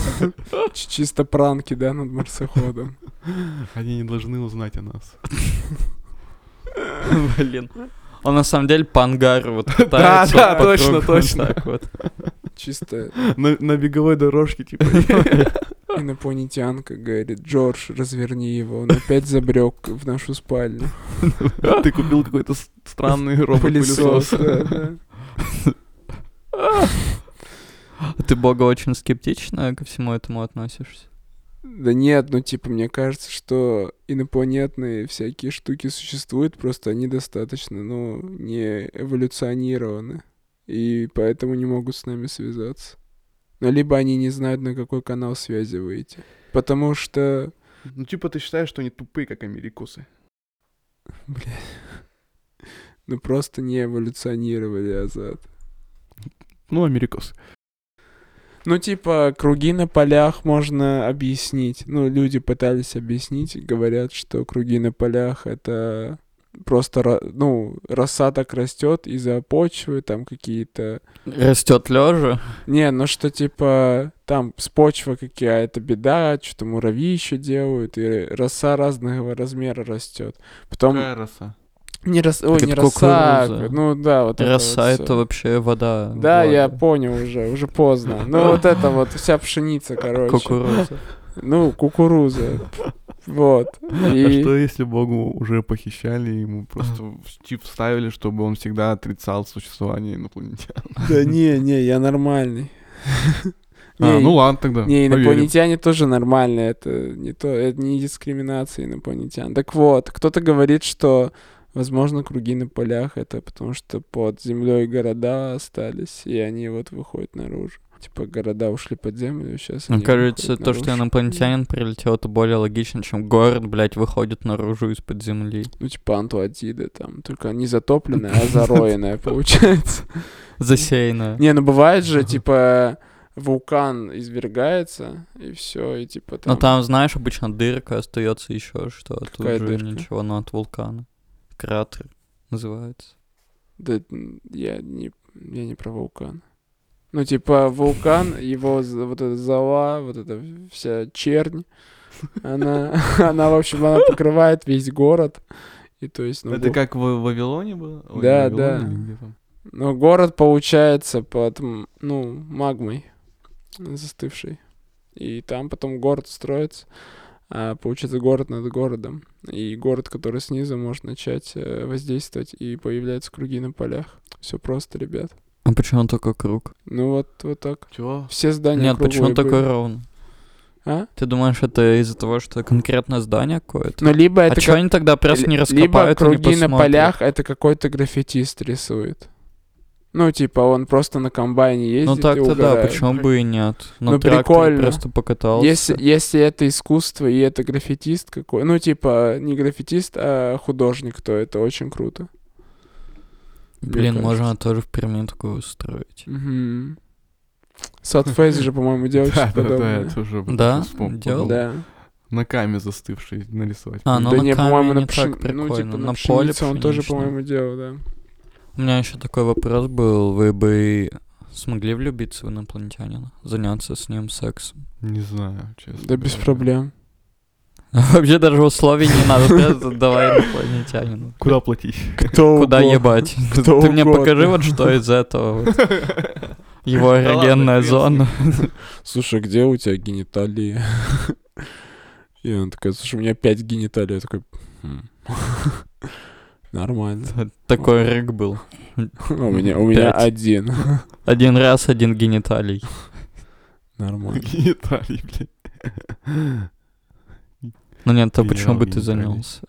[SPEAKER 1] Ч- Чисто пранки, да, над марсоходом.
[SPEAKER 3] Они не должны узнать о нас.
[SPEAKER 2] Блин. Он на самом деле по ангару вот
[SPEAKER 3] Да,
[SPEAKER 2] катается.
[SPEAKER 3] да,
[SPEAKER 2] по
[SPEAKER 3] точно,
[SPEAKER 2] кругу вот
[SPEAKER 3] точно.
[SPEAKER 2] так вот.
[SPEAKER 1] Чисто
[SPEAKER 3] На, на беговой дорожке, типа.
[SPEAKER 1] инопланетянка говорит, Джордж, разверни его, он опять забрек в нашу спальню.
[SPEAKER 3] Ты купил какой-то с- странный робот-пылесос.
[SPEAKER 1] Пылесос, да, да.
[SPEAKER 2] А Ты, Бога, очень скептично ко всему этому относишься?
[SPEAKER 1] Да нет, ну типа мне кажется, что инопланетные всякие штуки существуют, просто они достаточно, ну, не эволюционированы. И поэтому не могут с нами связаться. Но либо они не знают, на какой канал связи выйти. Потому что...
[SPEAKER 3] Ну, типа, ты считаешь, что они тупые, как америкосы?
[SPEAKER 1] Бля. Ну просто не эволюционировали азат.
[SPEAKER 3] Ну, америкосы.
[SPEAKER 1] Ну, типа, круги на полях можно объяснить. Ну, люди пытались объяснить, говорят, что круги на полях это просто, ро- ну, роса так растет из-за почвы, там какие-то...
[SPEAKER 2] Растет лежа.
[SPEAKER 1] Не, ну что, типа, там с почвы какая-то беда, что-то муравьи еще делают, и роса разного размера растет. Потом...
[SPEAKER 3] Караса.
[SPEAKER 1] Не рос... Ой,
[SPEAKER 2] это
[SPEAKER 1] не роса,
[SPEAKER 2] кукуруза.
[SPEAKER 1] как- ну да, вот это
[SPEAKER 2] Роса —
[SPEAKER 1] вот всё.
[SPEAKER 2] это вообще вода. в
[SPEAKER 1] Да,
[SPEAKER 2] воде.
[SPEAKER 1] я понял уже, уже поздно. Ну вот это вот вся пшеница, короче.
[SPEAKER 2] Кукуруза.
[SPEAKER 1] Ну, кукуруза. Вот.
[SPEAKER 3] А
[SPEAKER 1] И
[SPEAKER 3] что, если Богу уже похищали, ему просто в чип вставили, чтобы он всегда отрицал существование инопланетян?
[SPEAKER 1] Да не, не, я нормальный.
[SPEAKER 3] А,
[SPEAKER 1] Не,
[SPEAKER 3] ну ладно тогда,
[SPEAKER 1] Не,
[SPEAKER 3] поверим.
[SPEAKER 1] инопланетяне тоже нормальные, это не то, это не дискриминация инопланетян. Так вот, кто-то говорит, что, возможно, круги на полях это потому, что под землей города остались, и они вот выходят наружу. Типа города ушли под землю, сейчас
[SPEAKER 2] Ну,
[SPEAKER 1] они
[SPEAKER 2] кажется,
[SPEAKER 1] выходят
[SPEAKER 2] то, что
[SPEAKER 1] наружу.
[SPEAKER 2] инопланетянин прилетел, это более логично, чем город, блядь, выходит наружу из-под земли.
[SPEAKER 1] Ну, типа Антуатида там, только не затопленная, а зароенная получается.
[SPEAKER 2] Засеяно.
[SPEAKER 1] Не, ну бывает же, типа, вулкан извергается, и все, и типа там...
[SPEAKER 2] Но Ну, там, знаешь, обычно дырка остается еще что. а Тут
[SPEAKER 1] Какая
[SPEAKER 2] же
[SPEAKER 1] дырка?
[SPEAKER 2] ничего, но от вулкана. Кратер называется.
[SPEAKER 1] Да, м, я не, я не про вулкан. Ну, типа, вулкан, его з- вот эта зола, вот эта вся чернь, она, она, в общем, она покрывает весь город. И то есть, ну,
[SPEAKER 3] Это
[SPEAKER 1] го-
[SPEAKER 3] как в Вавилоне было? Ой, не
[SPEAKER 1] Да,
[SPEAKER 3] Вавилоне,
[SPEAKER 1] да.
[SPEAKER 3] или где там?
[SPEAKER 1] ну, город получается под, м, ну, магмой застывшей. И там потом город строится. А получается город над городом. И город, который снизу, может начать э, воздействовать, и появляются круги на полях. Все просто, ребят.
[SPEAKER 2] А почему он такой круг?
[SPEAKER 1] Ну вот, вот так.
[SPEAKER 3] Чего?
[SPEAKER 1] Все здания
[SPEAKER 2] Нет, почему он
[SPEAKER 1] круглые
[SPEAKER 2] такой
[SPEAKER 1] были.
[SPEAKER 2] ровный?
[SPEAKER 1] А?
[SPEAKER 2] Ты думаешь, это из-за того, что конкретное здание какое-то?
[SPEAKER 1] Ну, либо
[SPEAKER 2] А
[SPEAKER 1] это
[SPEAKER 2] чё
[SPEAKER 1] как-
[SPEAKER 2] они тогда просто не
[SPEAKER 1] ли-
[SPEAKER 2] раскопают
[SPEAKER 1] Либо
[SPEAKER 2] и не
[SPEAKER 1] круги на
[SPEAKER 2] посмотрят?
[SPEAKER 1] полях это какой-то граффитист рисует. Ну, типа, он просто на комбайне ездит
[SPEAKER 2] Ну
[SPEAKER 1] и
[SPEAKER 2] так-то да,
[SPEAKER 1] угорает.
[SPEAKER 2] почему бы и нет? На
[SPEAKER 1] Ну,
[SPEAKER 2] тракторе
[SPEAKER 1] прикольно.
[SPEAKER 2] просто покатался.
[SPEAKER 1] Если, если это искусство и это граффитист какой, ну типа не граффитист, а художник, то это очень круто. мне
[SPEAKER 2] Блин,
[SPEAKER 1] кажется.
[SPEAKER 2] можно тоже в Перми такое устроить.
[SPEAKER 1] Мгм. Садфейс же, по-моему, делает
[SPEAKER 3] Да,
[SPEAKER 1] что-то
[SPEAKER 3] да, да,
[SPEAKER 1] подобное.
[SPEAKER 3] это уже
[SPEAKER 2] Да?
[SPEAKER 3] вспом-
[SPEAKER 2] Делал?
[SPEAKER 3] подумал.
[SPEAKER 1] Да.
[SPEAKER 3] На каме застывший нарисовать.
[SPEAKER 2] А, ну
[SPEAKER 1] да
[SPEAKER 2] на
[SPEAKER 1] не,
[SPEAKER 2] камне
[SPEAKER 1] по-моему, на
[SPEAKER 2] не так
[SPEAKER 1] пшени- ну,
[SPEAKER 2] прикольно,
[SPEAKER 1] типа,
[SPEAKER 2] на
[SPEAKER 1] на,
[SPEAKER 2] поле
[SPEAKER 1] пшенице он тоже,
[SPEAKER 2] пшеничном.
[SPEAKER 1] по-моему, делал, да.
[SPEAKER 2] У меня еще такой вопрос был. Вы бы смогли влюбиться в инопланетянина? Заняться с ним сексом?
[SPEAKER 3] Не знаю, честно.
[SPEAKER 1] Да без
[SPEAKER 3] говоря.
[SPEAKER 1] проблем.
[SPEAKER 2] Вообще даже условий не надо. Ты Давай инопланетянину.
[SPEAKER 3] Куда платить?
[SPEAKER 1] Кто
[SPEAKER 2] Куда
[SPEAKER 1] угодно.
[SPEAKER 2] ебать? Ты
[SPEAKER 1] Кто
[SPEAKER 2] ты мне
[SPEAKER 1] угодно.
[SPEAKER 2] покажи вот что из этого. вот. Его эрогенная
[SPEAKER 3] хрен с
[SPEAKER 2] зона.
[SPEAKER 1] Слушай, где у тебя гениталии? И она такая, слушай, у меня пять гениталий. Я такой, «Хм». нормально.
[SPEAKER 2] Такой рык был.
[SPEAKER 1] У меня, у меня
[SPEAKER 2] Пять.
[SPEAKER 1] один.
[SPEAKER 2] Один раз, один гениталий.
[SPEAKER 1] Нормально.
[SPEAKER 3] Гениталии, блин.
[SPEAKER 2] Ну нет, а
[SPEAKER 3] Генерал
[SPEAKER 2] почему бы ты
[SPEAKER 3] гениталий.
[SPEAKER 2] занялся?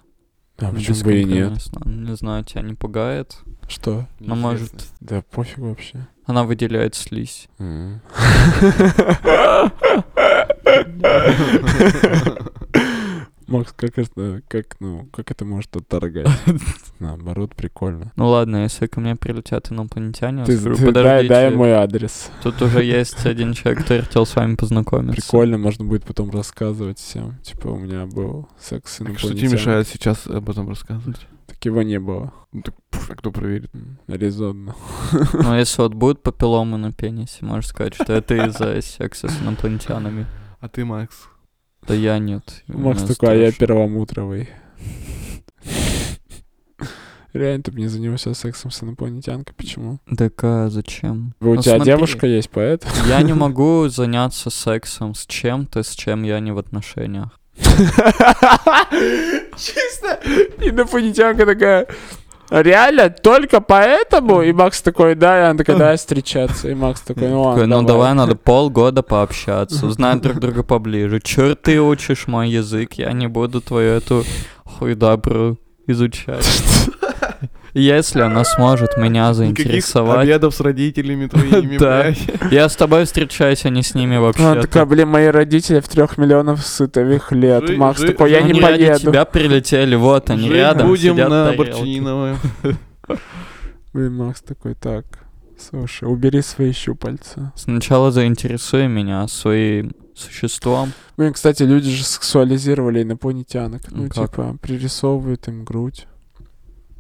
[SPEAKER 1] А
[SPEAKER 2] Ну,
[SPEAKER 1] почему бы и нет?
[SPEAKER 2] бескомпромиссно. ну, Не знаю, тебя не пугает.
[SPEAKER 1] Что?
[SPEAKER 2] Ну, может,
[SPEAKER 1] Да пофиг вообще.
[SPEAKER 2] Она выделяет слизь.
[SPEAKER 1] М. Макс, как это, как, ну, как это может отторгать? Наоборот, прикольно.
[SPEAKER 2] Ну ладно, если ко мне прилетят инопланетяне, я
[SPEAKER 1] Ты,
[SPEAKER 2] скажу,
[SPEAKER 1] ты дай, дай
[SPEAKER 2] подождите,
[SPEAKER 1] мой адрес.
[SPEAKER 2] тут уже есть один человек, который хотел с вами познакомиться.
[SPEAKER 1] Прикольно, можно будет потом рассказывать всем. Типа, у меня был секс с
[SPEAKER 3] Так что тебе
[SPEAKER 1] инопланетянкой.
[SPEAKER 3] мешает сейчас об этом рассказывать?
[SPEAKER 1] Так его не было.
[SPEAKER 3] Ну так пф, а кто проверит?
[SPEAKER 1] М, Аризона.
[SPEAKER 2] Но если вот будут папилломы на пенисе, можешь сказать, что это из-за секса с инопланетянами.
[SPEAKER 3] А ты, Макс?
[SPEAKER 2] Да я нет. у
[SPEAKER 1] Макс
[SPEAKER 2] меня
[SPEAKER 1] такой, а я
[SPEAKER 2] страшно.
[SPEAKER 1] первомутровый. Реально, ты бы не занялся сексом с инопланетянкой, почему?
[SPEAKER 2] Так а зачем?
[SPEAKER 1] Вы- У
[SPEAKER 2] Ну,
[SPEAKER 1] тебя
[SPEAKER 2] смотри,
[SPEAKER 1] девушка есть, поэт?
[SPEAKER 2] Я не могу заняться сексом с чем-то, с чем я не в отношениях.
[SPEAKER 1] Чисто инопланетянка такая... Реально, только поэтому? И Макс такой, да, и она такая, да, встречаться. И Макс такой, ну
[SPEAKER 2] Такой,
[SPEAKER 1] ладно,
[SPEAKER 2] ну давай, надо полгода пообщаться, узнать друг друга поближе. Чёрт ты учишь мой язык, я не буду твою эту хуйдабру изучать. Если она сможет меня заинтересовать,
[SPEAKER 3] обедов с родителями твоими,
[SPEAKER 2] Да.
[SPEAKER 3] блядь.
[SPEAKER 2] я с тобой встречаюсь, а не с ними
[SPEAKER 1] Она
[SPEAKER 2] вообще.
[SPEAKER 1] такая, блин, мои родители в трех миллионов сытовых лет.
[SPEAKER 3] Жи-
[SPEAKER 1] Макс
[SPEAKER 3] жи-
[SPEAKER 1] такой, я не
[SPEAKER 2] Они ради
[SPEAKER 1] поеду.
[SPEAKER 2] тебя прилетели, вот они
[SPEAKER 3] Жить
[SPEAKER 2] рядом
[SPEAKER 3] будем
[SPEAKER 2] сидят
[SPEAKER 3] на
[SPEAKER 2] тарелки.
[SPEAKER 3] Борчининовой.
[SPEAKER 1] Блин, Макс такой, так, слушай, убери свои щупальца.
[SPEAKER 2] Сначала заинтересуй меня своим существом.
[SPEAKER 1] Блин, кстати, люди же сексуализировали инопланетянок. Ну,
[SPEAKER 2] Ну, как?
[SPEAKER 1] типа, пририсовывают им грудь.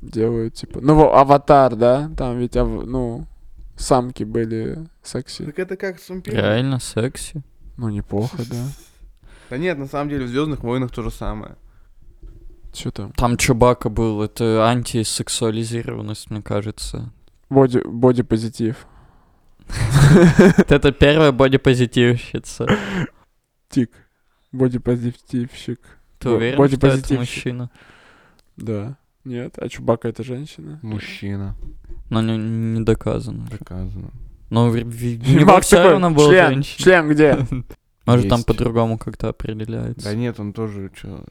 [SPEAKER 1] Делают, типа... Ну, во- аватар, да? Там ведь, ав- ну, самки были секси.
[SPEAKER 3] Так это как сумпир.
[SPEAKER 2] Реально секси.
[SPEAKER 1] Ну, неплохо, да.
[SPEAKER 3] Да нет, на самом деле в Звездных войнах то же самое.
[SPEAKER 1] Че там?
[SPEAKER 2] Там Чубака был, это антисексуализированность, мне кажется.
[SPEAKER 1] Боди, бодипозитив.
[SPEAKER 2] Вот Это первая бодипозитивщица.
[SPEAKER 1] Тик. Бодипозитивщик.
[SPEAKER 2] Ты
[SPEAKER 1] Бо-
[SPEAKER 2] уверен, что это
[SPEAKER 1] бодипозитивщик.
[SPEAKER 2] мужчина?
[SPEAKER 1] Да. Нет, а Чубака это женщина?
[SPEAKER 3] Мужчина.
[SPEAKER 2] Но не, не доказано.
[SPEAKER 3] Доказано.
[SPEAKER 2] Но в- в-
[SPEAKER 1] И
[SPEAKER 2] не во
[SPEAKER 1] Макс
[SPEAKER 2] все
[SPEAKER 1] такой,
[SPEAKER 2] равно было
[SPEAKER 1] член,
[SPEAKER 2] женщина.
[SPEAKER 1] член где?
[SPEAKER 2] Может, там
[SPEAKER 3] Есть.
[SPEAKER 2] по-другому как-то определяется.
[SPEAKER 3] Да нет, он тоже, что,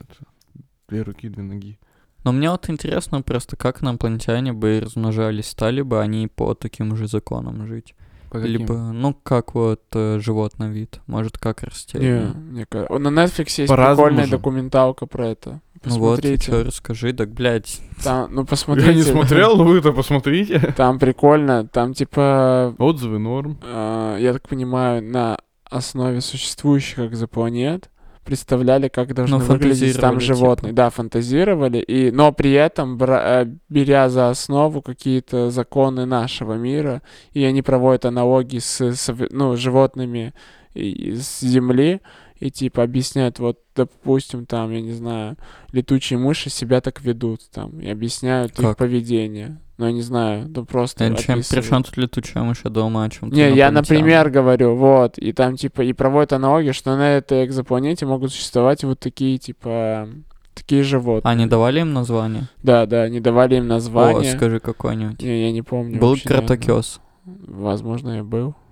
[SPEAKER 3] две руки, две ноги.
[SPEAKER 2] Но мне вот интересно просто, как инопланетяне бы размножались, стали бы они по таким же законам жить.
[SPEAKER 3] По
[SPEAKER 2] Либо, ну, как вот э, животный вид, может, как
[SPEAKER 1] Не,
[SPEAKER 2] растение. Ну
[SPEAKER 1] мне кажется. На Netflix есть
[SPEAKER 3] По-разному
[SPEAKER 1] прикольная
[SPEAKER 3] же.
[SPEAKER 1] документалка про это.
[SPEAKER 2] Ну вот, и
[SPEAKER 1] Посмотрите.
[SPEAKER 2] чё, расскажи, так, блядь,
[SPEAKER 1] Там, ну, посмотрите.
[SPEAKER 3] Я не смотрел, но вы-то посмотрите.
[SPEAKER 1] Там прикольно, там типа,
[SPEAKER 3] Отзывы норм.
[SPEAKER 1] э, я так понимаю, на основе существующих экзопланет представляли, как должны выглядеть
[SPEAKER 2] фантазировали, типа.
[SPEAKER 1] там животные. Да, фантазировали, и, но при этом бра- э, беря за основу какие-то законы нашего мира, и они проводят аналогии с, сове- ну, животными и- и с Земли, и типа объясняют, вот, допустим, там, я не знаю, летучие мыши себя так ведут, там, и объясняют их
[SPEAKER 2] Как?
[SPEAKER 1] поведение. Ну, я не знаю, ну просто...
[SPEAKER 2] э, чем, при
[SPEAKER 1] описывают.
[SPEAKER 2] чем тут летучая мышь, я думаю о чем
[SPEAKER 1] Не, я, например, говорю, вот, и там, типа, и проводят аналогию, что на этой экзопланете могут существовать вот такие, типа, такие животные.
[SPEAKER 2] А, не давали им название?
[SPEAKER 1] Да, да, не давали им
[SPEAKER 2] О,
[SPEAKER 1] названия.
[SPEAKER 2] скажи какой-нибудь.
[SPEAKER 1] Не, я не помню.
[SPEAKER 2] Был
[SPEAKER 1] вообще ни одного.
[SPEAKER 2] кротокёс.
[SPEAKER 1] Возможно, я был.